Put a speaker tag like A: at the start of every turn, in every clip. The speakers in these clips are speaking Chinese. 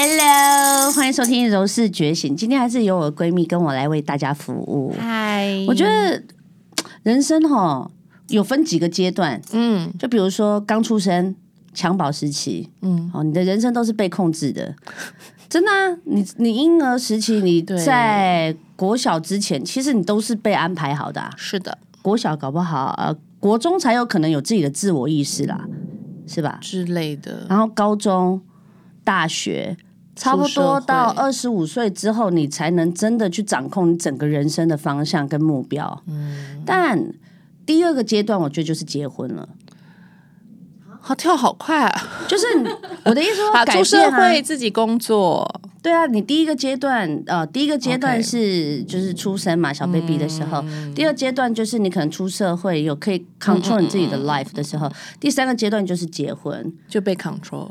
A: Hello，欢迎收听《柔氏觉醒》。今天还是由我的闺蜜跟我来为大家服务。
B: 嗨，
A: 我觉得人生哈有分几个阶段，
B: 嗯
A: 就比如说刚出生、襁褓时期，
B: 嗯，
A: 哦，你的人生都是被控制的，真的、啊。你你婴儿时期，你
B: 对
A: 在国小之前，其实你都是被安排好的、啊。
B: 是的
A: 国小搞不好，呃，国中才有可能有自己的自我意识啦，是吧？
B: 之类的，
A: 然后高中、大学，差不多到
B: 出社
A: 二十五岁之后，你才能真的去掌控你整个人生的方向跟目标。
B: 嗯
A: 但第二个阶段，我觉得就是结婚了，
B: 好跳好快 啊！
A: 就是你我的意思说
B: 啊，
A: 改
B: 出社
A: 变啊
B: 会，自己工作，
A: 对啊，你第一个阶段，呃，第一个阶段
B: OK 嗯
A: 是就是出生嘛，小 baby 的时候；第二阶段就是你可能出社会，有
B: 嗯
A: 可以 control 你自己的 life 的时候；第三个阶段就是结婚。
B: 就 被 control。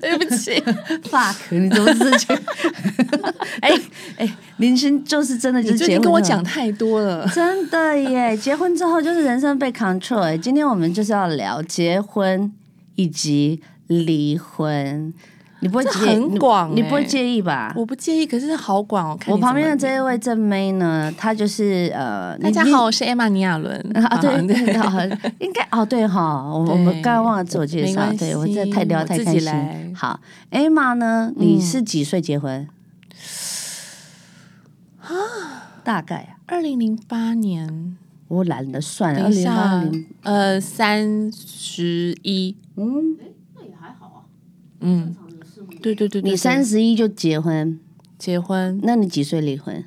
B: 对不 起，
A: fuck，你怎么自 觉？哎哎，林星就是真的就
B: 你
A: 是
B: 最
A: 结婚
B: 近
A: 啊
B: 跟我
A: 了
B: 讲。太多了。
A: 真的 耶！结婚之后就是人生被 control 哎。今天我们就是要聊结婚以及离婚，你不会
B: 这
A: 介
B: 很广
A: 你，你不会
B: 哎
A: 介意吧？
B: 我不介意，可是好广哦。看
A: 我
B: 你怎
A: 旁边的
B: 么
A: 这一位正妹呢，她就是呃，
B: 大
A: 你
B: 家
A: 你
B: 好，我是艾玛尼亚伦
A: 啊，对对，
B: 对，
A: 好应该哦，对哈，我我们刚刚忘了自我介
B: 没
A: 绍，
B: 关
A: 对我真的
B: 系
A: 太聊
B: 我
A: 太
B: 自
A: 开
B: 己
A: 心
B: 来。
A: 好，Emma 呢？你是几岁结婚？大概啊，
B: 二零零八年，
A: 我懒得算了，
B: 等
A: 二
B: 一
A: 零八
B: 下
A: 零，，
B: 呃，三十一，
A: 嗯，
B: 嗯，对对对，对
A: 你三
B: 对
A: 十一就结婚，
B: 结婚，
A: 那你几岁离婚？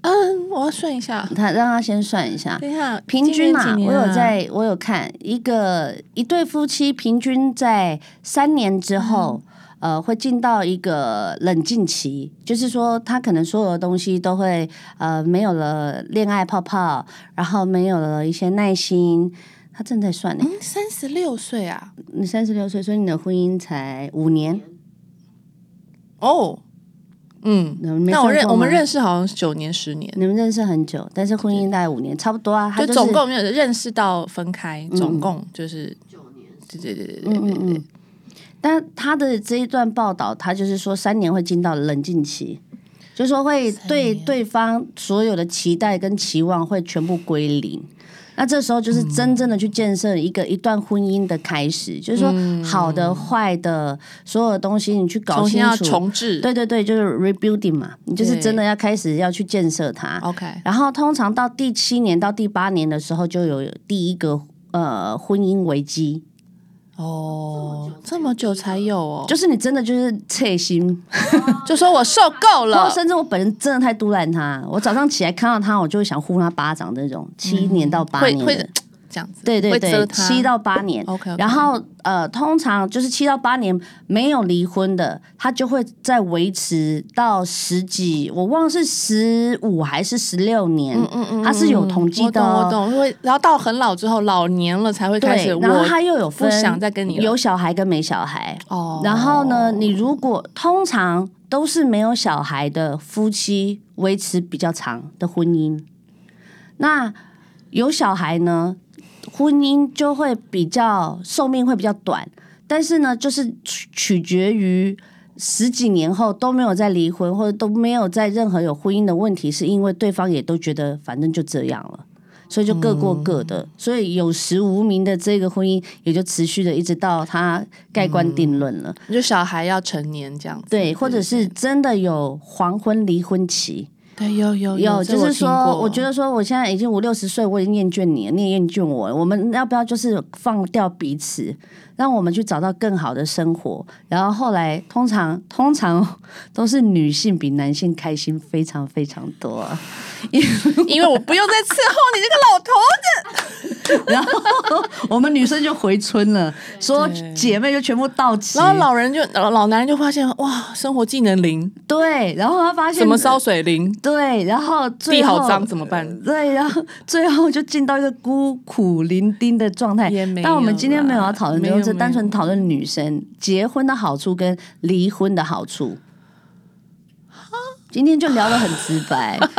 B: 嗯，我要算一下，
A: 他让他先算一下。
B: 等一下，
A: 平均嘛，
B: 今年
A: 我
B: 几年啊
A: 有在，我有看一个一对夫妻平均在三年之后，呃，会进到一个冷静期，就是说他可能所有的东西都会呃没有了恋爱泡泡，然后没有了一些耐心。他正在算呢，
B: 嗯，三十六岁啊，
A: 你三十六岁，所以你的婚姻才五年，
B: 哦，嗯，
A: 你们没啊
B: 那我
A: 算
B: 认
A: 过
B: 我们
A: 吗
B: 认识好像是九年十年，
A: 你们认识很久，但是婚姻大概五年，差不多啊。他
B: 就是总共没有认识到分开，总共
A: 嗯
B: 就是九年，对对对对对对
A: 嗯嗯
B: 对
A: 嗯，。但他的这一段报道，他就是说三年会进到冷静期，就是说会对对方所有的期待跟期望会全部归零。那这时候就是真正的去建设一个、一段婚姻的开始，就是说好的、坏的所有的东西，你去搞
B: 重新
A: 清
B: 要
A: 楚。
B: 重置，
A: 对对对，就是 rebuilding 嘛，你就是
B: 对
A: 真的要开始要去建设它。
B: ，OK，
A: 然后通常到第七年到第八年的时候，就有第一个呃婚姻危机。
B: 哦，这么久才有哦，
A: 就是你真的就是 切心，
B: 就说我受够
A: 然后
B: 了，
A: 甚至我本人真的太嘟烂他，我早上起来看到他，我就会想呼他巴掌的那种。七年到八
B: 会
A: 年
B: 嗯会
A: 的，
B: 这样子，
A: 对对
B: 会责
A: 对，
B: 他
A: 七到八年。
B: OK，
A: 然后呃，通常就是七到八年没有离婚的，他就会再维持到十几，我忘了是十五还是十六年，
B: 嗯嗯嗯，
A: 他是有统计的哦
B: 我懂，我懂，会然后到很老之后，老年了才会开
A: 对
B: 始，
A: 然后
B: 我
A: 他又有分
B: 不想再跟你了
A: 有小孩跟没小孩，
B: 哦，
A: 然后呢，你如果通常都是没有小孩的夫妻维持比较长的婚姻，那有小孩呢，婚姻就会比较寿命会比较短，但是呢，就是取取决于。十几年后都没有再离婚，或者都没有在任何有婚姻的问题，是因为对方也都觉得反正就这样了，所以就各过各的，所以有实无名的这个婚姻也就持续的一直到他盖棺定论了。
B: 就小孩要成年这样子，
A: 对，或者是真的有黄昏离婚期，
B: 对有有
A: 有
B: 哦这
A: 就
B: 我
A: 是
B: 听
A: 说，
B: 过
A: 我觉得说我现在已经五六十岁，我已经厌倦你了，你也厌倦我了，我们要不要就是放掉彼此，让我们去找到更好的生活？然后后来通常通常都是女性比男性开心非常非常多，啊
B: 因为我不用再伺候你这个老头子，
A: 然后我们女生就回村了，说姐妹就全部到齐，
B: 然后老人就老老男人就发现哇，生活技能零，
A: 对，然后他发现
B: 什么烧水零，
A: 对，然后
B: 地
A: 最后
B: 好脏怎么办？
A: 对，然后最后就进到一个孤苦伶仃的状态
B: 也没。有
A: 但我们今天没有要
B: 啦
A: 讨论这
B: 没
A: 个，
B: 有
A: 只单
B: 没
A: 纯
B: 有
A: 讨论女生结婚的好处跟离婚的 好处。今天就聊得很直白，真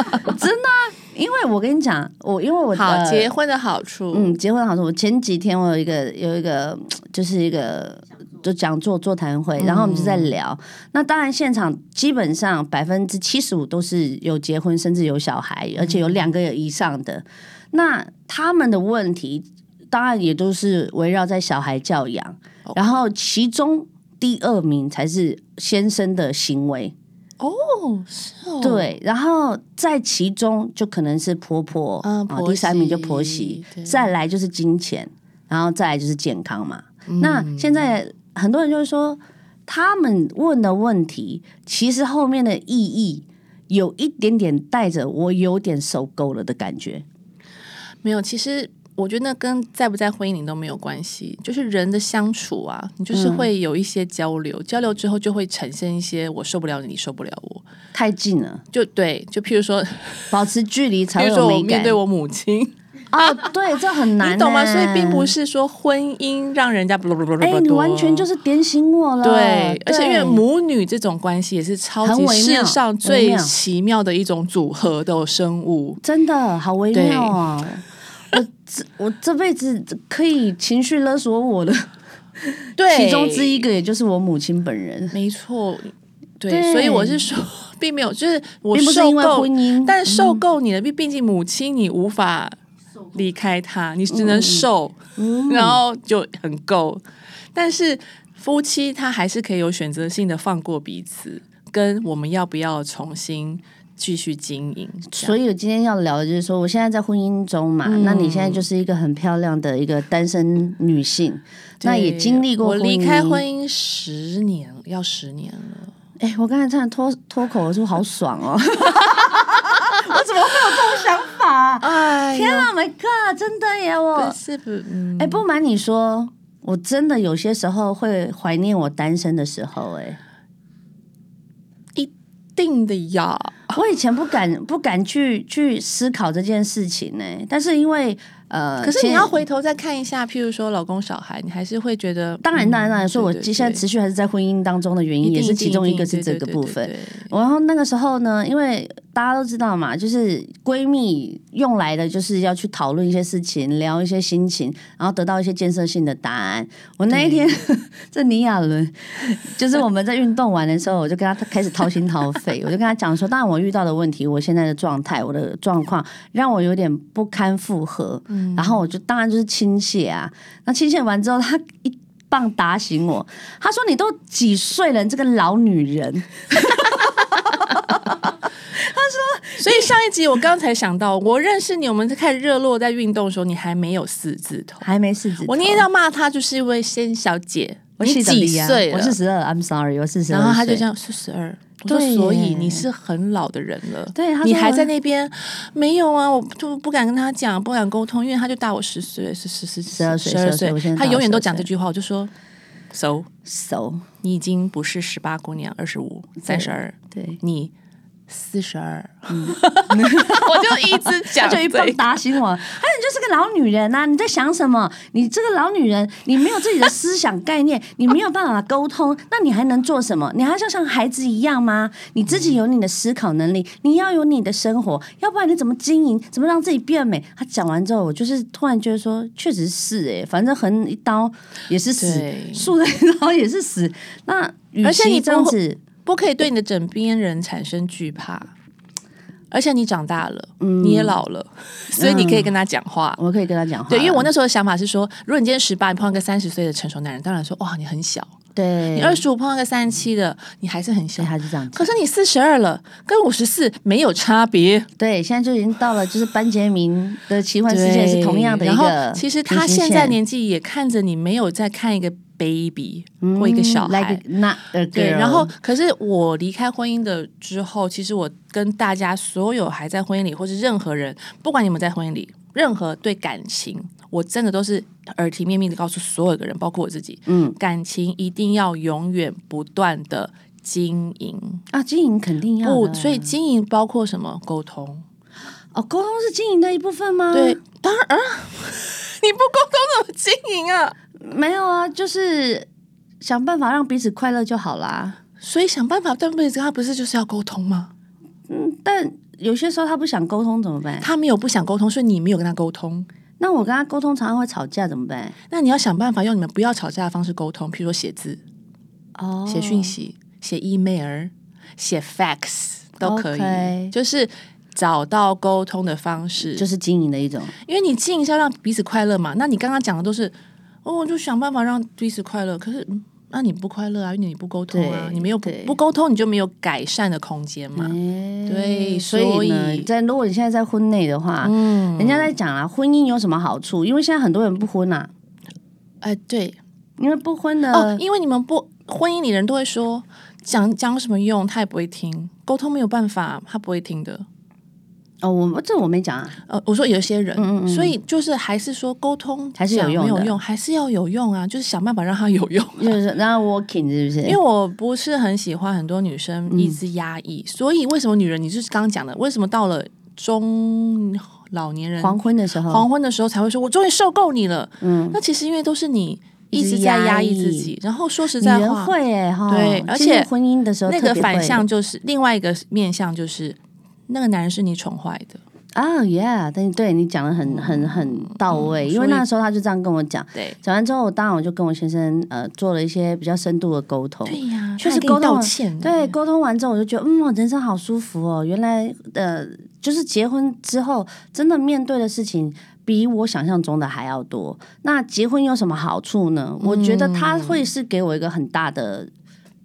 A: 的啊、因为我跟你讲，我因为我
B: 好，
A: 的
B: 结婚的好处，
A: 嗯，结婚好处。我前几天我有一个有一个就是一个就讲座嗯座谈会，然后我们就在聊。那当然现场基本上百分之七十五都是有结婚甚至有小孩，而且有两个以上的。那他们的问题当然也都是围绕在小孩教养，然后其中第二名才是先生的行为。
B: 哦，是哦，，
A: 对，然后在其中就可能是婆婆，
B: 嗯
A: 啊
B: 婆
A: 第三名就
B: 媳
A: 婆媳，
B: 对
A: 再来就是金钱，然后再来就是健康嘛。
B: 嗯
A: 那现在很多人就会说，他们问的问题其实后面的意义有一点点带着我有点受够了的感觉。
B: 没有，其实。我觉得那跟在不在婚姻里都没有关系，就是人的相处啊，你就是会有一些交流，交流之后就会产生一些我受不了你，你受不了我，
A: 太近了，
B: 就对，就譬如说，
A: 保持距离才会
B: 譬如
A: 有
B: 说我
A: 美
B: 面
A: 感
B: 对。我母亲，
A: 哦，对，这很难、
B: 你懂吗？所以并不
A: 是，
B: 是说婚姻让人家不不不不
A: 哎、你完全就是是点醒我了。
B: 对，而且因为
A: 哦对
B: 母女这种关系也是超
A: 很
B: 级
A: 微妙
B: 世上
A: 微
B: 最
A: 妙
B: 奇妙的一种组合的生物。
A: 真的好微
B: 对
A: 妙哦！我这我这辈子可以情绪勒索我的
B: 对，
A: 其中之一个，也就是我母亲本人，
B: 没错，对，
A: 对
B: 所以我是说， 并没有，就是我
A: 并不是
B: 受
A: 因为
B: 够
A: 婚，姻，嗯
B: 但受够你的，毕毕竟母亲你无法离开她，你只能受，
A: 嗯
B: 然后就很够。但是夫妻他还是可以有选择性的放过彼此，跟我们要不要重新继续经营。这样
A: 所以我今天要聊的就是说，我现在在婚姻中嘛，那你现在就是一个很漂亮的一个单身女性，那也
B: 对
A: 经历过
B: 我
A: 婚
B: 离开
A: 姻
B: 婚姻十年，要十年了。
A: 哎，我刚才差点脱脱口而出，好爽 哦！我怎么会有这种想法、
B: 哎
A: 天啊，My God，真的耶！我
B: 真是不，嗯，
A: 哎、不瞒你说，我真的有些时候会怀念我单身的时候、哎
B: 定的呀。
A: 哎，我以前不敢不敢去去思考这件事情呢、但是因为呃，
B: 可是你
A: 现
B: 要回头再看一下，譬如说老公小孩，你还是会觉得，
A: 当然当然当然，所以我
B: 嗯对对
A: 现在
B: 对
A: 持续还是在婚姻当中的原因，
B: 一定
A: 也是
B: 一
A: 其
B: 定
A: 中
B: 一
A: 一个
B: 定
A: 是这
B: 对
A: 个
B: 对
A: 部
B: 对
A: 分。
B: 对
A: 然后那个时候呢，因为大家都知道嘛，就是闺蜜用来的就是要去讨论一些事情，聊一些心情，然后得到一些建设性的答案。我那一天， 这倪亚伦，就是我们在运动完的时候，我就跟他开始掏心掏肺，我就跟他讲说，当然我遇到的问题，我现在的状态，我的状况让我有点不堪负荷，然后我就当然就是倾泻啊。那倾泻完之后，他一棒打醒我，他说：“你都几岁了，你这个老女人。”
B: 所以上一集我刚才想到，我认识你，我们在开始热络在运动的时候，你还没有四字头，
A: 还没四十，
B: 我那天要骂他，就是因为仙小姐，
A: 我
B: 你
A: 是
B: 几岁了？
A: 我四十二，I'm sorry，我四十二。
B: 然后他就这，样四十二。我说
A: 对，耶
B: 所以你是很老的人了，
A: 对他说
B: 你还
A: 我
B: 在那边没有啊？我就不敢跟他讲，不敢沟通，因为他就大我十岁，是十十
A: 12岁
B: 十二
A: 12岁我现在大
B: 他
A: 我
B: 永远都
A: 12岁
B: 讲这句话，我就说，so
A: 熟，
B: 你已经不是十八姑娘，二十五、三十二，
A: 对，
B: 你四十二， 我就一直
A: 嗯他
B: 讲
A: 就
B: 这
A: 一
B: 个，
A: 棒打醒我。哎，你就是个老女人呐、啊你在想什么？你这个老女人，你没有自己的思想概念， 你没有办法沟通，那你还能做什么？你还要像孩子一样吗？你自己有你的思考能力，你要有你的生活，要不然你怎么经营？怎么让自己变美？他讲完之后，我就是突然觉得说，确实是哎、反正横一刀也是死，
B: 对，
A: 竖的一刀也是死。那与
B: 而且
A: 其
B: 你
A: 这样
B: 不
A: 子。
B: 不可以对你的枕边人产生惧怕。而且你长大了，
A: 嗯
B: 你也老了，所以你可以跟他讲话。
A: 我可以跟他讲话。
B: 对，因为我那时候的想法是说，如果你今天十八，你碰到一个三十岁的成熟男人，当然说哇，你很小；
A: 嗯对
B: 你二十五碰到一个三十七的，你还是很小
A: 对，。他是这样子。
B: 可是你四十二了，跟五十四没有差别。
A: 对，现在就已经到了，就是班杰明的奇幻世界是同样的一
B: 然
A: 个
B: 后
A: 平行线。
B: 其实他现在年纪也看着你，没有在看一个 baby 或一个小孩。
A: 嗯 like not a girl
B: 对，啊然后可是我离开婚姻的之后，其实我跟大家所有还在婚姻里，或是任何人，不管你们在婚姻里，任何对感情，我真的都是耳提面命的告诉所有的人，包括我自己，
A: 嗯
B: 感情一定要永远不断的经营，
A: 啊，经营肯定要
B: 不，
A: 的
B: 所以经营包括什么沟通，
A: 哦，沟通是经营的一部分吗？
B: 对，，当然，啊 你不沟通怎么经营啊？
A: 没有啊，就是想办法让彼此快乐就好啦。
B: 所以想办法对不对？他不是就是要沟通吗？
A: 嗯，但有些时候他不想沟通怎么办？
B: 他没有不想沟通，所以你没有跟他沟通。
A: 那我跟他沟通常常会吵架怎么办？
B: 那你要想办法用你们不要吵架的方式沟通，譬如说写字、
A: 哦，
B: 写讯息、写 email、写 fax 都可以
A: OK
B: 就是找到沟通的方式。
A: 哦就是经营的一种。
B: 因为你经营是要让彼此快乐嘛。那你刚刚讲的都是，哦，我就想办法让彼此快乐。可是，嗯那、你不快乐啊，因为你不沟通啊，
A: 对
B: 你没有不
A: 对
B: 不沟通，你就没有改善的空间嘛。对，
A: 哎所以呢，
B: 以
A: 在如果你现在在婚内的话，嗯，人家在讲啊，婚姻有什么好处？因为现在很多人不婚啊，
B: 哎、对
A: 因为不婚的、
B: 哦，因为你们不婚姻里人都会说，讲讲有什么用，他也不会听，沟通没有办法，他不会听的。
A: 哦，我这我没讲啊，
B: 呃，我说有一些人，
A: 嗯嗯嗯
B: 所以就是还是说沟通
A: 还是有
B: 讲
A: 用
B: 没有
A: 的
B: 用，还是要有用啊，就是想办法让他有 用。
A: 就是那 working 是不是？
B: 因为我不是很喜欢很多女生
A: 嗯
B: 一直压抑，所以为什么女人，你就是刚刚讲的，为什么到了中老年人
A: 黄昏的时候，
B: 黄昏的时候才会说，我终于受够你了？
A: 嗯，
B: 那其实因为都是你一
A: 一直
B: 直在
A: 压
B: 压
A: 抑
B: 抑自己，然后说实
A: 女
B: 在
A: 人
B: 话，
A: 会哎、哈，
B: 对而
A: 进入
B: 且
A: 婚姻的时候
B: 那
A: 特
B: 个
A: 别
B: 反
A: 会
B: 向就是另外一个面向就是。那个男人是你宠坏的，
A: 啊、y e a h 但对你讲的很很很到位、因为
B: 嗯所以
A: 那时候他就这样跟我讲，
B: 对
A: 讲完之后，我当然我就跟我先生呃做了一些比较深度的沟通，
B: 对呀，
A: 确
B: 他还
A: 实
B: 跟你
A: 沟通
B: 道
A: 了
B: 歉呢，
A: 对，沟通完之后，我就觉得，嗯，我人生好舒服哦。原来，呃，就是结婚之后，真的面对的事情比我想象中的还要多。那结婚有什么好处呢？我觉得它会是给我一个很大的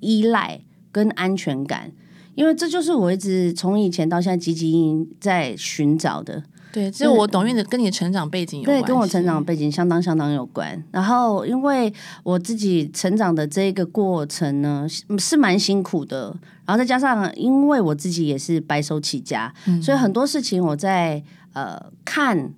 A: 依赖跟安全感，因为这就是我一直从以前到现在积极营在寻找的。
B: 对，这我懂，因为你的跟你的成长背景有关
A: 对，
B: 系，
A: 跟我成长背景相当相当有关。然后，因为我自己成长的这个过程呢，是是蛮辛苦的。然后再加上，因为我自己也是白手起家，
B: 嗯
A: 所以很多事情我在呃看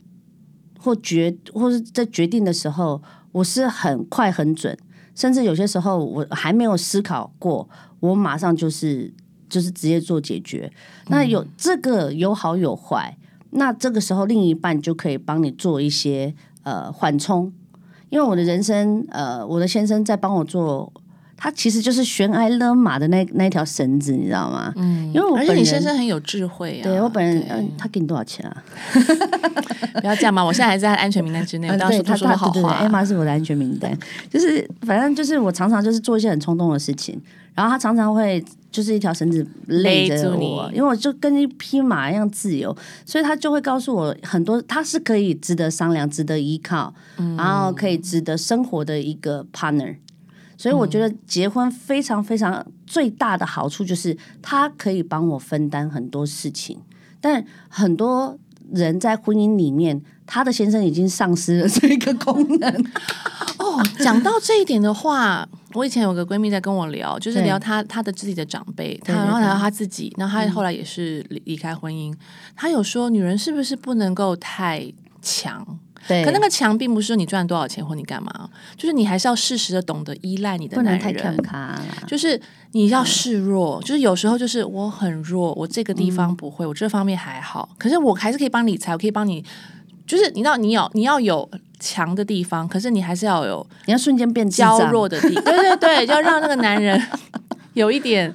A: 或决或是在决定的时候，我是很快很准，甚至有些时候我还没有思考过，我马上就是就是直接做解决。那有
B: 嗯
A: 这个有好有坏，那这个时候另一半就可以帮你做一些呃缓冲，因为我的人生呃，我的先生在帮我做。他其实就是悬崖勒马的那那条绳子，你知道吗？嗯，因为我
B: 而
A: 本
B: 且
A: 人
B: 你先生很有智慧啊，
A: 对我本人，
B: 对
A: 嗯，他给你多少钱啊？
B: 不要这样嘛！我现在还在安全名单 之内，我当
A: 嗯
B: 时
A: 呃对
B: 不
A: 他
B: 说
A: 他
B: 好
A: 对对对
B: 话。
A: 艾玛是我的安全名单，就是反正就是我常常就是做一些很冲动的事情，然后他常常会就是一条绳子勒
B: 勒
A: 着
B: 住
A: 我，
B: 你
A: 因为我就跟一匹马一样自由，所以他就会告诉我很多，他是可以值得商量、值得依靠，
B: 嗯
A: 然后可以值得生活的一个 partner。所以我觉得结
B: 嗯
A: 婚非常非常最大的好处就是，他可以帮我分担很多事情。但很多人在婚姻里面，他的先生已经丧失了这个功 能。
B: 哦，讲到这一点的话，我以前有个闺蜜在跟我聊，就是
A: 对
B: 聊她她的自己的长辈，她
A: 对对嗯
B: 然后聊她自己，然后她后来也是离离开婚姻。她有说，女人是不是不能够太强？
A: 对，
B: 可那个强并不是说你赚多少钱或你干嘛，就是你还是要适时的懂得依赖你的
A: 不能
B: 男
A: 太看
B: 人。
A: 卡啦。
B: 就是你要示弱，就是有时候就是我很弱，我这个地方
A: 嗯
B: 不会，我这方面还好，可是我还是可以帮你理财，我可以帮你，就是你知道你有你要有强的地方，可是你还是要有
A: 你要瞬间变智
B: 娇
A: 障
B: 弱的地，对对对，要让那个男人 有一点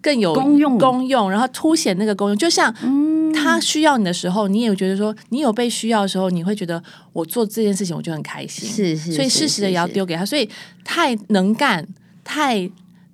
B: 更有
A: 功用嗯
B: 功用，然后凸显那个功用，就像他需要你的时候，你也觉得说你有被需要的时候，你会觉得我做这件事情我就很开心，
A: 是是，
B: 所以
A: 是
B: 适时的也要，丢给他。所以太能干、太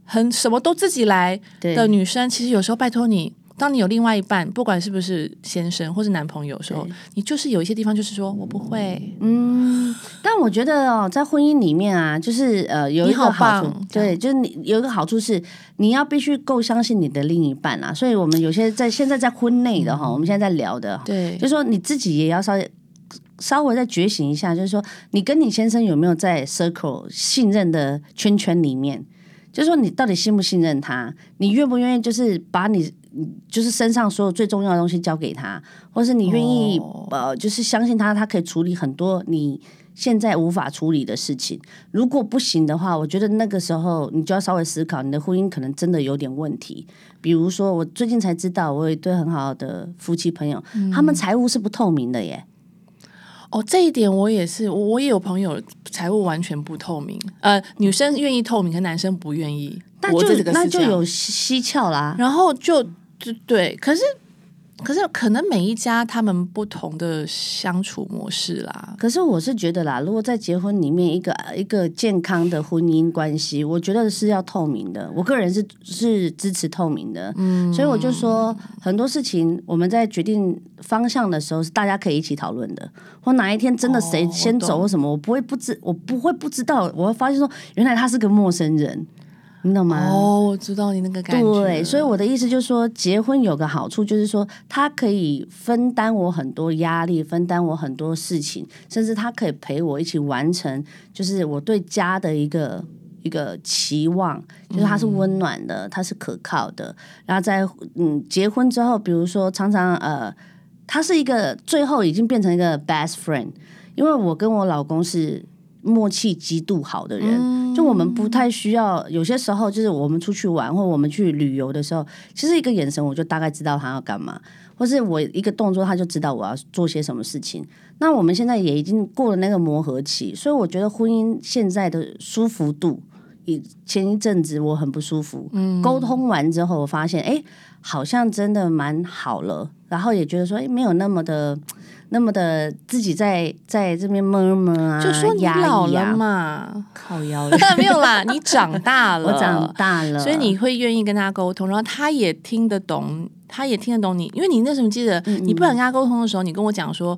B: 很什么都自己来
A: 是
B: 的
A: 对
B: 女生，其实有时候拜托你，当你有另外一半，不管是不是先生或是男朋友的时候
A: 对，
B: 你就是有一些地方就是说我不会，
A: 嗯，但我觉得哦，在婚姻里面啊，就是呃，有一
B: 你
A: 个
B: 好
A: 好处
B: 棒，
A: 对，就是你有一个好处是，你要必须够相信你的另一半啊。所以我们有些在现在在婚内的哈，我们现在在聊的，
B: 对
A: 就说你自己也要稍微稍微再觉醒一下，就是说你跟你先生有没有在 circle 信任的圈圈里面？就是说你到底信不信任他？你愿不愿意就是把你就是身上所有最重要的东西交给他，或是你愿意、
B: 哦
A: 呃就是相信他，他可以处理很多你。现在无法处理的事情，如果不行的话，我觉得那个时候你就要稍微思考，你的婚姻可能真的有点问题。比如说，我最近才知道，我有一对很好的夫妻朋友，
B: 嗯
A: 他们财务是不透明的耶。
B: 哦，这一点我也是，我我也有朋友财务完全不透明，呃，女生愿意透明，可男生不愿意。
A: 那
B: 我
A: 就
B: 这个
A: 那
B: 是这
A: 就
B: 样
A: 有蹊跷啦。
B: 然后就就对，可是可是可能每一家他们不同的相处模式啦，
A: 可是我是觉得啦，如果在结婚里面一个一个健康的婚姻关系，我觉得是要透明的。我个人是是支持透明的，嗯，所以我就说很多事情我们在决定方向的时候是大家可以一起讨论的。或哪一天真的谁
B: 哦
A: 先
B: 我
A: 走
B: 懂
A: 或什么，我不会不知，我不会不知道，我会发现说原来他是个陌生人，你懂吗？
B: 哦，我知道你那个感觉，
A: 对，所以我的意思就是说，结婚有个好处就是说，他可以分担我很多压力，分担我很多事情，甚至他可以陪我一起完成，就是我对家的一个一个期望，就是他
B: 嗯
A: 是温暖的，他是可靠的。然后在嗯结婚之后，比如说常常呃，他是一个最后已经变成一个 best friend，因为我跟我老公是默契极度好的人，就我们不太需要。有些时候就是我们出去玩或我们去旅游的时候，其实一个眼神我就大概知道他要干嘛，或是我一个动作他就知道我要做些什么事情。那我们现在也已经过了那个磨合期，所以我觉得婚姻现在的舒服度。以前一阵子我很不舒服，沟通完之后，我发现哎、诶好像真的蛮好了，然后也觉得说哎、诶没有那么的那么的自己在在这边闷闷啊，
B: 就说你
A: 压抑
B: 老
A: 啊
B: 了嘛，
A: 靠腰了，
B: 没有啦，你长大了，
A: 我长大了，
B: 所以你会愿意跟他沟通，然后他也听得懂，他也听得懂你，因为你那时候记得，
A: 嗯
B: 你不敢跟他沟通的时候，你跟我讲说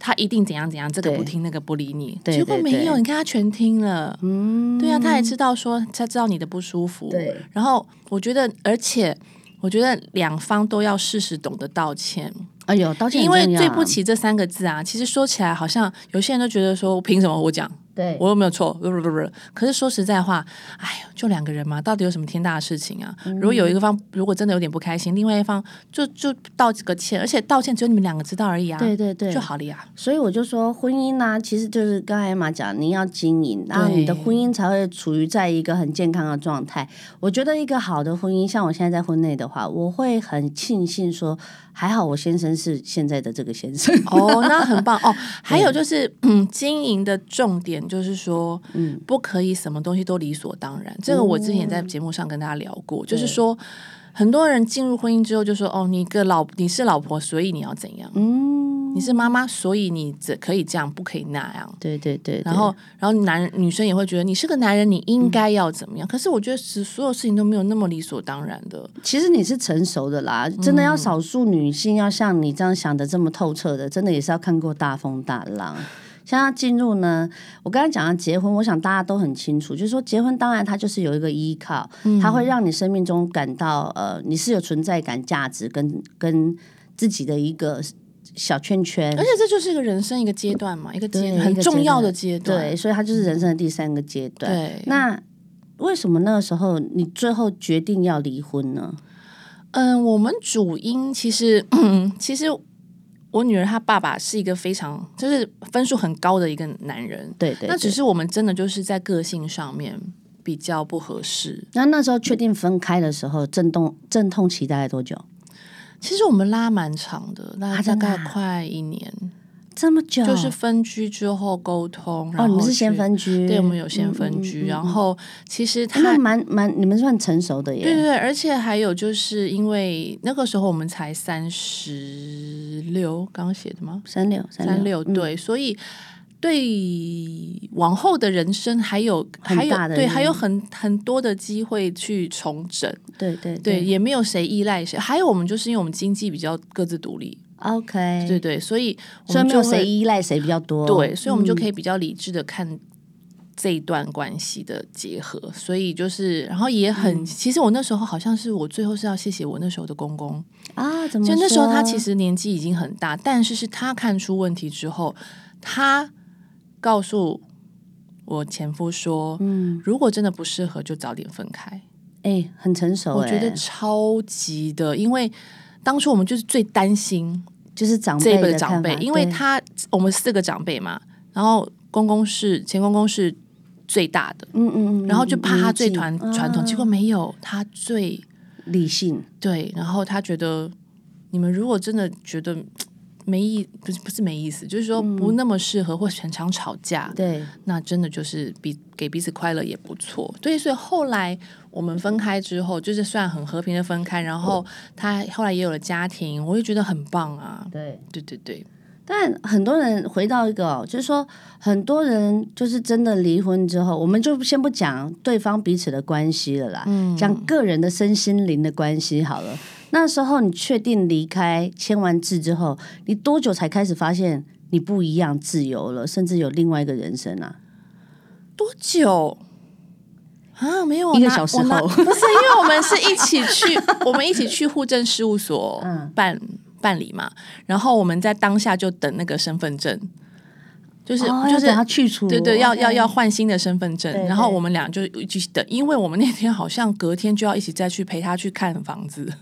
B: 他一定怎样怎样，这个
A: 对
B: 不听那个不理你，
A: 对
B: 结果
A: 对
B: 没有，
A: 对
B: 你看他全听了，嗯，对啊，他也知道说他知道你的不舒服，
A: 对，
B: 然后我觉得，而且我觉得两方都要适时懂得道歉，
A: 哎呦，道歉
B: 因
A: 很
B: 为
A: 重要
B: 对不，起这三个字啊，其实说起来好像有些人都觉得说凭什么我讲，
A: 对，
B: 我又没有错，不不不不。可是说实在话，哎呦，就两个人嘛，到底有什么天大的事情啊？
A: 嗯
B: 如果有一个方如果真的有点不开心，另外一方就就道个歉，而且道歉只有你们两个知道而已啊，
A: 对对对
B: 就，好了呀。
A: 所以我就说婚姻呢、其实就是刚才马讲，你要经营，然后你的婚姻才会处于在一个很健康的状态。我觉得一个好的婚姻，像我现在在婚内的话，我会很庆幸说，还好我先生是现在的这个先生。
B: 哦，那很棒哦。还有就是，嗯，经营的重点就是说，嗯，不可以什么东西都理所当然。
A: 哦
B: 这个我之前也在节目上跟大家聊过，就是说，很多人进入婚姻之后就说，哦，你个老你是老婆，所以你要怎样？
A: 嗯，
B: 你是妈妈，所以你只可以这样，不可以那样。
A: 对对对对
B: 然后，然后男女生也会觉得你是个男人，你应该要怎
A: 嗯
B: 么样？可是我觉得，是所有事情都没有那么理所当然的。
A: 其实你是成熟的啦，
B: 嗯
A: 真的要少数女性要像你这样想的这么透彻的，真的也是要看过大风大浪。像要进入呢，我刚才讲到结婚，我想大家都很清楚，就是说结婚当然它就是有一个依靠，
B: 嗯
A: 它会让你生命中感到呃你是有存在感、价值跟跟自己的一个小圈圈
B: 而。且这就是一个人生一个阶段嘛，一个阶
A: 对
B: 很
A: 一个
B: 重
A: 阶
B: 要的
A: 段
B: 阶段
A: 对，。所以它就是人生的第三个阶段。
B: 对
A: 那为什么那个时候你最后决定要离婚呢？
B: 嗯，我们主因其实， 其实我女儿她爸爸是一个非常就是分数很高的一个男人，
A: 对对对，
B: 那只是我们真的就是在个性上面比较不合适。
A: 那那时候确定分开的时候，阵痛阵痛期大概多久？
B: 其实我们拉蛮长的，那
A: 啊
B: 大
A: 真的
B: 概
A: 啊
B: 快一年，
A: 这么久？
B: 就是分居之后沟通，然
A: 哦，
B: 后
A: 你们是先
B: 去
A: 分居？嗯
B: 对，我们有先分居，然后其实
A: 哎那
B: 他。
A: 蛮蛮你们算成熟的耶。
B: 对对对，而且还有就是因为那个时候我们才三十六，刚刚写的吗？
A: 三六
B: 三
A: 六嗯
B: 六，对，所以对往后的人生还有
A: 很
B: 还有
A: 大的
B: 对
A: 那
B: 还有很很多的机会去重整，
A: 对对
B: 对，也没有谁依赖谁。还有我们就是因为我们经济比较各自独立，
A: ，OK，
B: 对对，所以我
A: 所以
B: 们
A: 哎没
B: 就
A: 有谁
B: 会
A: 依赖哦嗯谁比较多。
B: 对，所以我们就可以比较理智的看这一段关系的结合。所以就是，然后也
A: 嗯
B: 很，其实我那时候好像是我最后是要谢谢我那时候的公公，
A: 啊，怎么
B: 就
A: 说？
B: 那时候他其实年纪已经很大，但是是他看出问题之后，他告诉我前夫说，嗯，如果真的不适合，就早点分开。
A: 哎很成熟，
B: 我觉得
A: 哎
B: 超级的，因为当初我们就是最担心
A: 就是长
B: 这一
A: 辈
B: 辈
A: 的
B: 的长
A: 看法
B: 辈，因为
A: 对
B: 他我们四个长辈嘛，然后公公是前公公是最大的，
A: 嗯嗯嗯，
B: 然后就怕他
A: 年纪
B: 最传传统，
A: 啊
B: 结果没有，他最
A: 理性，
B: 对，然后他觉得你们如果真的觉得。没意，不是不是没意思，就是说不那么适合，或很常吵架，
A: 对，
B: 那真的就是彼给彼此快乐也不错。对，所以后来我们分开之后，就是算很和平的分开，然后他后来也有了家庭，我就觉得很棒啊。
A: 对。
B: 对对对，
A: 但很多人回到一个、哦，就是说，很多人就是真的离婚之后，我们就先不讲对方彼此的关系了啦，
B: 嗯
A: 讲个人的身心灵的关系好了。那时候你确定离开、签完字之后，你多久才开始发现你不一样、自由了，甚至有另外一个人生啊？
B: 多久？啊，没有
A: 一个
B: 我拿
A: 小时
B: 我拿
A: 后
B: 不是因为我们是一起去， 我们一起去户政事务所办办理嘛，然后我们在当下就等那个身份证，就是、
A: 哦
B: 就
A: 要
B: 是
A: 等他去除，
B: 对对，要要要换新的身份证
A: 哦对，
B: 然后
A: 对
B: 我们俩就一起等，因为我们那天好像隔天就要一起再去陪他去看房子，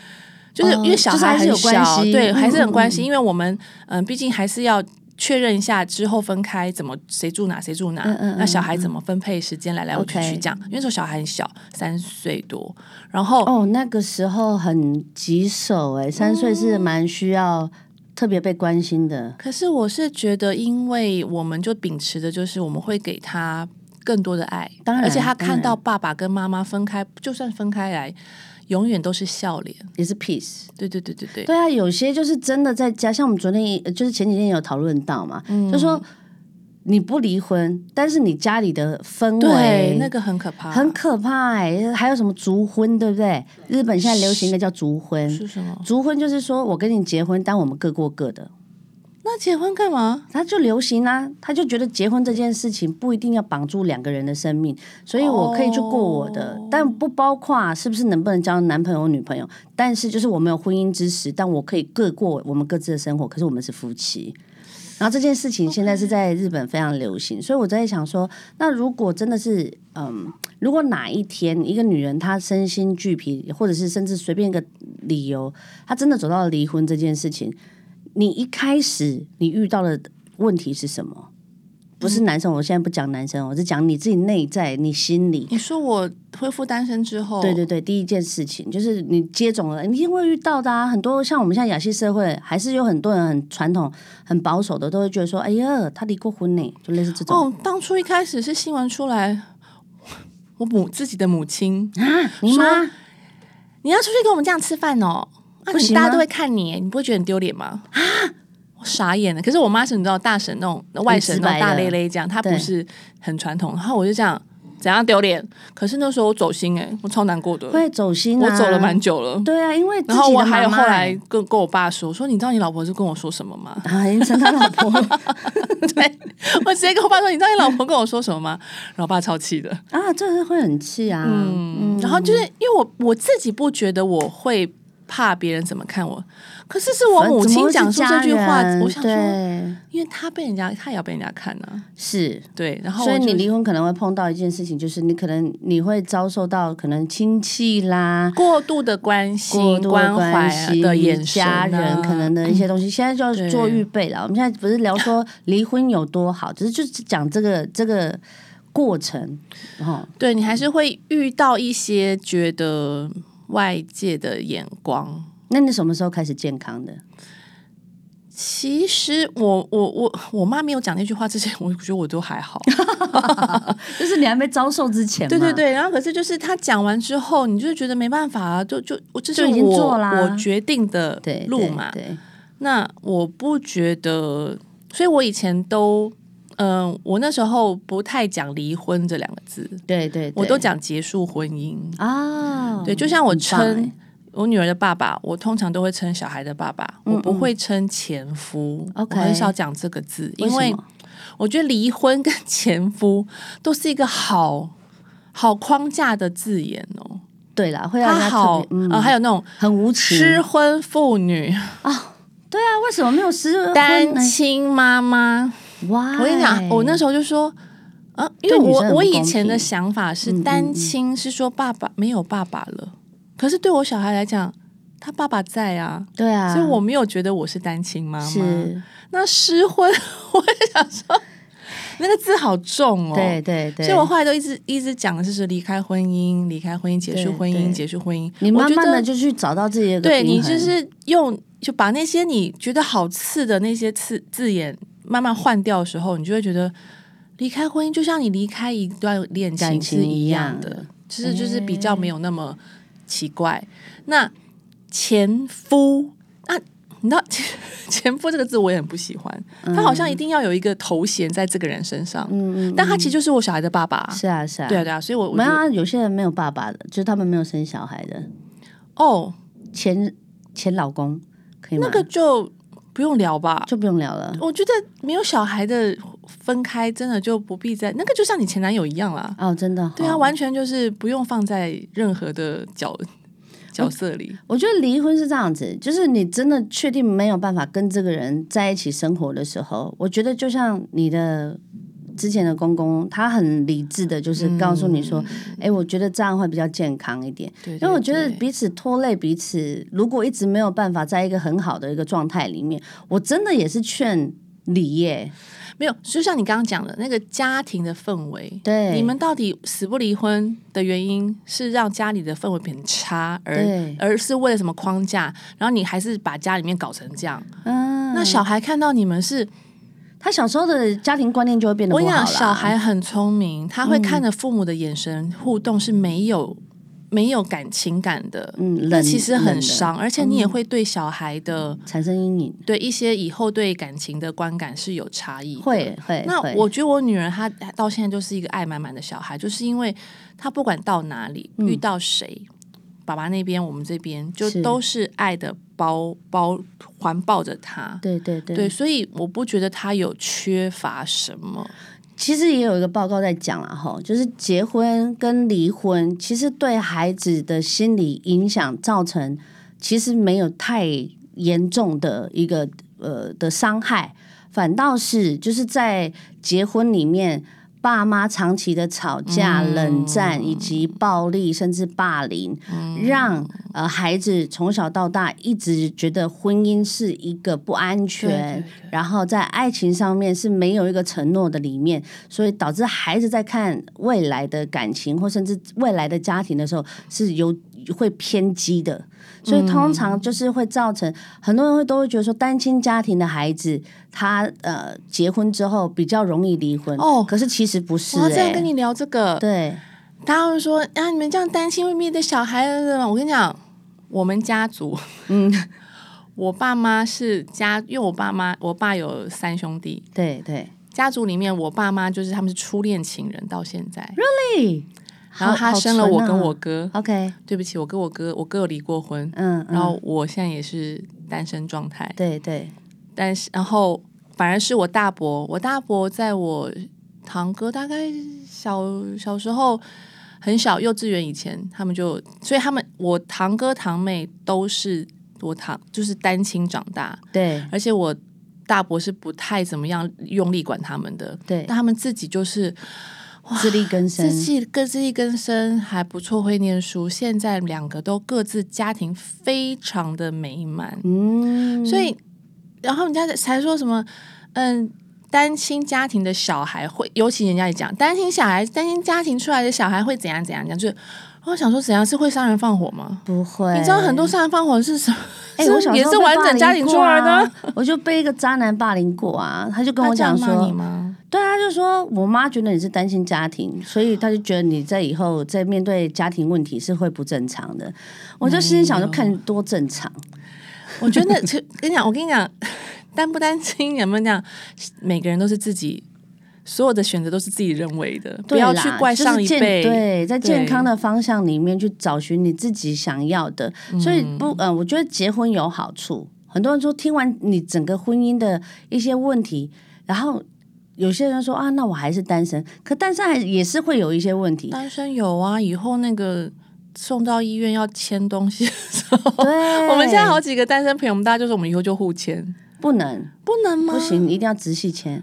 B: 就是
A: 哦
B: 因为小
A: 就是
B: 孩
A: 还是
B: 很
A: 有关
B: 小，
A: 系
B: 对，
A: 嗯
B: 还是
A: 嗯
B: 很关系，因为我们嗯，毕竟还是要。确认一下之后分开怎么谁住哪谁住哪，
A: 嗯嗯
B: 那小孩怎么分配时间来来回去
A: OK
B: 去这样，因为那时候小孩很小，三岁多，然后、
A: 哦，那个时候很棘手哎、三岁
B: 哦
A: 是蛮需要特别被关心的。
B: 可是我是觉得，因为我们就秉持的就是我们会给他更多的爱，
A: 当然
B: 而且他
A: 当然
B: 看到爸爸跟妈妈分开，就算分开来，永远都是笑脸。
A: 也是 peace，
B: 对对对对对，
A: 对啊，有些就是真的在家，像我们昨天呃就是前几天有讨论到嘛，
B: 嗯
A: 就说你不离婚，但是你家里的氛围
B: 对那个很可怕，
A: 很可怕哎、还有什么族婚，对不对？日本现在流行一个叫族婚，
B: 是什么？
A: 族婚就是说我跟你结婚，但我们各过各的，
B: 那结婚干嘛？
A: 他就流行啊，他就觉得结婚这件事情不一定要绑住两个人的生命，所以我可以去过我的，
B: 哦
A: 但不包括啊是不是能不能交男朋友女朋友，但是就是我们有婚姻之实，但我可以各过我们各自的生活，可是我们是夫妻。然后这件事情现在是在日本非常流行所以我在想说，那如果真的是，嗯，如果哪一天一个女人她身心俱疲，或者是甚至随便一个理由，她真的走到了离婚这件事情，你一开始你遇到的问题是什么？不是男生，我现在不讲男生，我是讲你自己内在，你心里。
B: 你说我恢复单身之后，
A: 对对对，第一件事情就是你接种了，你一定会遇到的啊。很多像我们现在亚系社会，还是有很多人很传统、很保守的，都会觉得说：“哎呀，他离过婚呢、就类似这种。
B: 哦，当初一开始是新闻出来，我母自己的母亲，
A: 啊，你妈
B: 你要出去跟我们这样吃饭哦，那、
A: 不
B: 你
A: 行
B: 大
A: 吗
B: 家都会看你耶，你不会觉得很丢脸吗？啊，我傻眼了。可是我妈是你知道大婶那种外省那
A: 很直白的
B: 种大咧咧这样，她
A: 对
B: 不是很传统。然后我就这样怎样丢脸？可是那时候我走心哎、我超难过的，
A: 会走心啊，
B: 我走了蛮久了。
A: 对啊，因为自己
B: 然后我
A: 的
B: 还有
A: 妈
B: 后
A: 妈
B: 来跟跟我爸说，说你知道你老婆是跟我说什么 吗？
A: 啊，已经成他老婆了
B: 对我直接跟我爸说，你知道你老婆跟我说什么吗？然后我爸超气的。
A: 啊，这是会很气啊。嗯，
B: 然后就是因为我我自己不觉得我会怕别人怎么看我，可是是我
A: 反
B: 母
A: 怎么
B: 亲
A: 会是
B: 讲出
A: 家
B: 这句话，
A: 人
B: 我想说，
A: 对
B: 因为她被人家，她也要被人家看呢、啊，
A: 是。
B: 对，然后
A: 所以
B: 我就
A: 你离婚可能会碰到一件事情，就是你可能你会遭受到可能亲戚啦、
B: 过度的关
A: 过
B: 心、
A: 度
B: 关怀
A: 关
B: 啊
A: 心
B: 的眼神
A: 家
B: 啊、
A: 人可能的一些东 西，现在就要
B: 对
A: 做预备了。我们现在不是聊 说离婚有多好，只是就是讲这个这个过程，哦，
B: 对你还是会遇到一些觉得外界的眼光。
A: 那你什么时候开始健康的？
B: 其实我我我我妈没有讲那句话之前，我觉得我都还好。
A: 就是你还没遭受之前，
B: 对对，对，然后可是就是他讲完之后，你就觉得没办法啊，就就我这是
A: 就已经
B: 我
A: 做啦
B: 我决定的
A: 对
B: 路嘛。
A: 对对
B: 那我不觉得，所以我以前都，嗯、我那时候不太讲离婚这两个字，
A: 对对，
B: 我都讲结束婚姻。
A: 啊，
B: 对，就像我
A: 很棒
B: 称
A: 欸
B: 我女儿的爸爸，我通常都会称小孩的爸爸，我不会称前夫。
A: 嗯 OK
B: 我很少讲这个字，因
A: 为
B: 为
A: 什么
B: 我觉得离婚跟 前夫都是一个好好框架的字眼哦。
A: 对啦，会让人
B: 他
A: 家
B: 好
A: 特别，嗯
B: 呃，还有那种
A: 很无情。
B: 失婚妇女、
A: 对啊，为什么没有失婚呢
B: 单亲妈妈。
A: 哇，
B: 我跟你讲，我那时候就说，啊，因为
A: 对女
B: 我
A: 生很不
B: 我以
A: 公
B: 前
A: 平
B: 的
A: 嗯
B: 想法是单亲是说爸爸没有爸爸了，可是对我小孩来讲，他爸爸在啊。
A: 对啊，
B: 所以我没有觉得我是单亲妈妈。
A: 是，
B: 那失婚， 我就想说，那个字好重哦。
A: 对对对，
B: 所以我后来都一直一直讲的就是离开婚姻，离开婚姻，结
A: 对
B: 束婚
A: 对
B: 姻，结束婚姻。
A: 你慢慢
B: 我觉
A: 的
B: 得
A: 就去找到自己的一个
B: 对
A: 平
B: 你
A: 衡
B: 就是用就把那些你觉得好刺的那些刺字眼慢慢换掉的时候，你就会觉得离开婚姻就像你离开一段恋
A: 感
B: 情
A: 情
B: 是一
A: 一样
B: 样的，其实就是比较没有那么奇怪。那前夫啊，你知道 前夫这个字我也很不喜欢，他好像一定要有一个头衔在这个人身上，
A: 嗯嗯，嗯
B: 但他其实就是我小孩的爸爸啊。
A: 是啊是啊，
B: 对啊，对啊，所以我我
A: 没
B: 觉
A: 有
B: 得
A: 啊，有些人没有爸爸的，就是他们没有生小孩的
B: 哦，
A: 前前老公，可以吗？
B: 那个就不用聊吧，
A: 就不用聊了
B: 我觉得没有小孩的分开，真的就不必再那个，就像你前男友一样啦。
A: 哦，真的哦。哦
B: 对啊，完全就是不用放在任何的角角色里。
A: 我觉得离婚是这样子，就是你真的确定没有办法跟这个人在一起生活的时候，我觉得就像你的之前的公公，他很理智的，就是告诉你说，哎、我觉得这样会比较健康一点。
B: 嗯对
A: 因为我觉得彼此拖累彼此，如果一直没有办法在一个很好的一个状态里面，我真的也是劝离耶。
B: 没有，就像你刚刚讲的那个家庭的氛围，
A: 对
B: 你们到底死不离婚的原因是让家里的氛围变差，而
A: 对
B: 而是为了什么框架，然后你还是把家里面搞成这样。
A: 嗯，
B: 那小孩看到你们是
A: 他小时候的家庭观念就会变得
B: 我
A: 不
B: 跟
A: 好啦
B: 你
A: 嗯
B: 讲，小孩很聪明，他会看着父母的眼神互动是没有、没有感情感的，
A: 嗯
B: 那
A: 冷
B: 其实
A: 冷
B: 很
A: 的嗯
B: 伤，而且你也会对小孩的、
A: 产生阴影，
B: 对一些以后对感情的观感是有差异的。
A: 会会。
B: 那
A: 会
B: 我觉得我女儿她她到现在就是一个爱满满的小孩，就是因为她不管到哪里、
A: 嗯
B: 遇到谁，爸爸那边我们这边就是都是爱的包包环抱着她。
A: 对对对
B: 对，所以我不觉得她有缺乏什么。
A: 其实也有一个报告在讲了哈，就是结婚跟离婚，其实对孩子的心理影响造成，其实没有太严重的一个呃的伤害，反倒是就是在结婚里面。爸妈长期的吵架、冷战以及暴力，甚至霸凌，
B: 嗯
A: 让呃孩子从小到大一直觉得婚姻是一个不安全，然后在爱情上面是没有一个承诺的里面，所以导致孩子在看未来的感情或甚至未来的家庭的时候是有会偏激的，所以
B: 嗯
A: 通常就是会造成很多人会都会觉得说单亲家庭的孩子他呃结婚之后比较容易离婚
B: 哦
A: 可是其实不是、
B: 我要这样
A: 欸，
B: 跟你聊这个，
A: 对
B: 他们说啊，你们这样担心会灭的小孩我跟你讲，我们家族，
A: 嗯，
B: 我爸妈是家，因为我爸妈，我爸有三兄弟，
A: 对对，
B: 家族里面我爸妈就是他们是初恋情人到现在，
A: 嘿
B: 然后他生了我跟我。
A: 好好纯啊
B: 哥，
A: OK，
B: 对不起，我跟我哥，我哥有离过婚，
A: 嗯，嗯
B: 然后我现在也是单身状态，
A: 对对，
B: 但是然后反而是我大伯，我大伯在我堂哥大概小小时候很小，幼稚园以前他们就，所以他们我堂哥堂妹都是我堂就是单亲长大，
A: 对
B: 而且我大伯是不太怎么样用力管他们的，
A: 对
B: 但，他们自己就是
A: 自力更
B: 自
A: 生，
B: 己各自力更生，还不错，会念书。现在两个都各自家庭非常的美满，
A: 嗯，
B: 所以，然后人家才说什么，嗯，单亲家庭的小孩会，尤其人家也讲单亲小孩、单亲家庭出来的小孩会怎样怎样怎样，就是我想说，怎样是会杀人放火吗？
A: 不会，
B: 你知道很多杀人放火是什么？
A: 哎、
B: 是
A: 我小时
B: 也
A: 候
B: 是
A: 被
B: 完
A: 霸
B: 整
A: 凌
B: 家庭
A: 过
B: 出来的
A: 啊
B: 啊，
A: 我就被一个渣男霸凌过啊，他就跟我讲
B: 他这样骂你
A: 说，
B: 吗？
A: 对啊，他就说我妈觉得你是单亲家庭，所以他就觉得你在以后在面对家庭问题是会不正常的。我就心里想，就看你多正常，
B: 我觉得，其实跟你讲，我跟你讲， 担不担心有没有这样，每个人都是自己。所有的选择都是自己认为的，不
A: 对
B: 要
A: 啦
B: 去怪
A: 就是
B: 上一
A: 健
B: 辈。
A: 对，在健
B: 对
A: 康的方向里面去找寻你自己想要的，所以不，嗯、我觉得结婚有好处。很多人说，听完你整个婚姻的一些问题，然后有些人说啊，那我还是单身，可单身还也是会有一些问题。
B: 单身有啊，以后那个送到医院要签东西的时候，
A: 对，
B: 我们现在好几个单身朋友，我们大家就是我们以后就互签，
A: 不能
B: 不能吗
A: 不行，一定要直系签。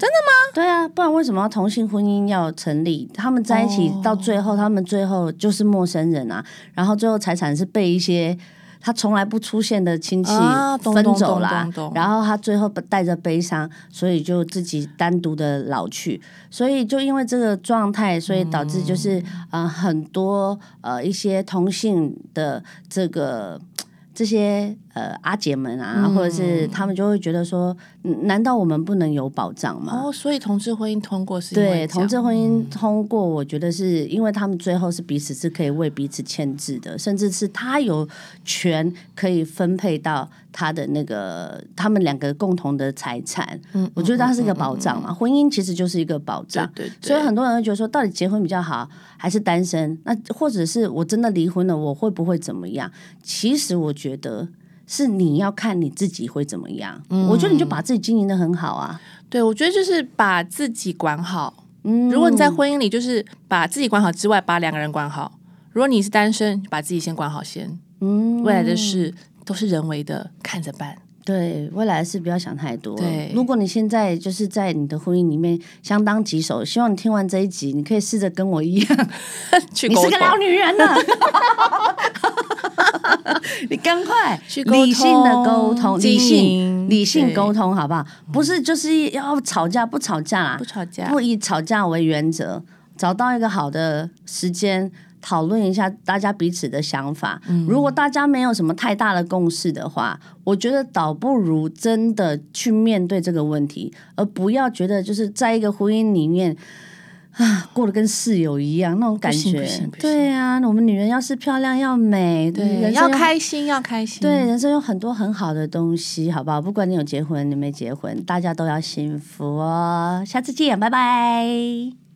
A: 真的吗？对啊，不然为什么要同性婚姻要成立？他们在一起
B: 哦
A: 到最后，他们最后就是陌生人啊，然后最后财产是被一些他从来不出现的亲戚
B: 啊懂
A: 分
B: 懂
A: 走
B: 懂
A: 啦、
B: 懂懂
A: 然后他最后带着悲伤，所以就自己单独的老去。所以就因为这个状态，所以导致就是、
B: 嗯
A: 呃很多呃一些同性的这个这些呃呃阿姐们啊，或者是他们就会觉得说，嗯难道我们不能有保障吗？
B: 哦，所以同志婚姻通过是因为
A: 对，
B: 这
A: 同
B: 样
A: 志婚姻通过，我觉得是因为他们最后是彼此是可以为彼此牵制的，甚至是他有权可以分配到他的那个他们两个共同的财产。嗯，我觉得它是一个保障嘛，婚姻其实就是一个保障。
B: 对对对，
A: 所以很多人会觉得说，到底结婚比较好，还是单身？那或者是我真的离婚了，我会不会怎么样？其实我觉得是你要看你自己会怎么样。我觉得你就把自己经营的很好啊。
B: 对我觉得就是把自己管好。如果你
A: 嗯
B: 在婚姻里就是把自己管好之外，把两个人管好。如果你是单身，把自己先管好先，
A: 嗯，
B: 未来的事都是人为的，看着办。
A: 对未来的事不要想太多。
B: 对
A: 如果你现在就是在你的婚姻里面相当棘手，希望你听完这一集，你可以试着跟我一 样，
B: 去
A: 你
B: 沟
A: 是个老
B: 通，
A: 女人啊 了，你赶快
B: 去沟通
A: 理性的沟通，理
B: 经
A: 性
B: 营
A: 理性
B: 对
A: 沟通，好不好？不是就是要吵架不吵架啦
B: 不，吵架
A: 不。以吵架为原则，找到一个好的时间讨论一下大家彼此的想法。
B: 嗯
A: 如果大家没有什么太大的共识的话，我觉得倒不如真的去面对这个问题，而不要觉得就是在一个婚姻里面。啊，过得跟室友一样那种感
B: 行不
A: 觉
B: 行不，行
A: 对啊，我们女人要是漂亮要美，
B: 对，
A: 人
B: 要
A: 生有
B: 开心，要开心。
A: 对，，人生有很多很好的东西，好不好？不管你有结婚，你没结婚，大家都要幸福哦。下次见，拜拜。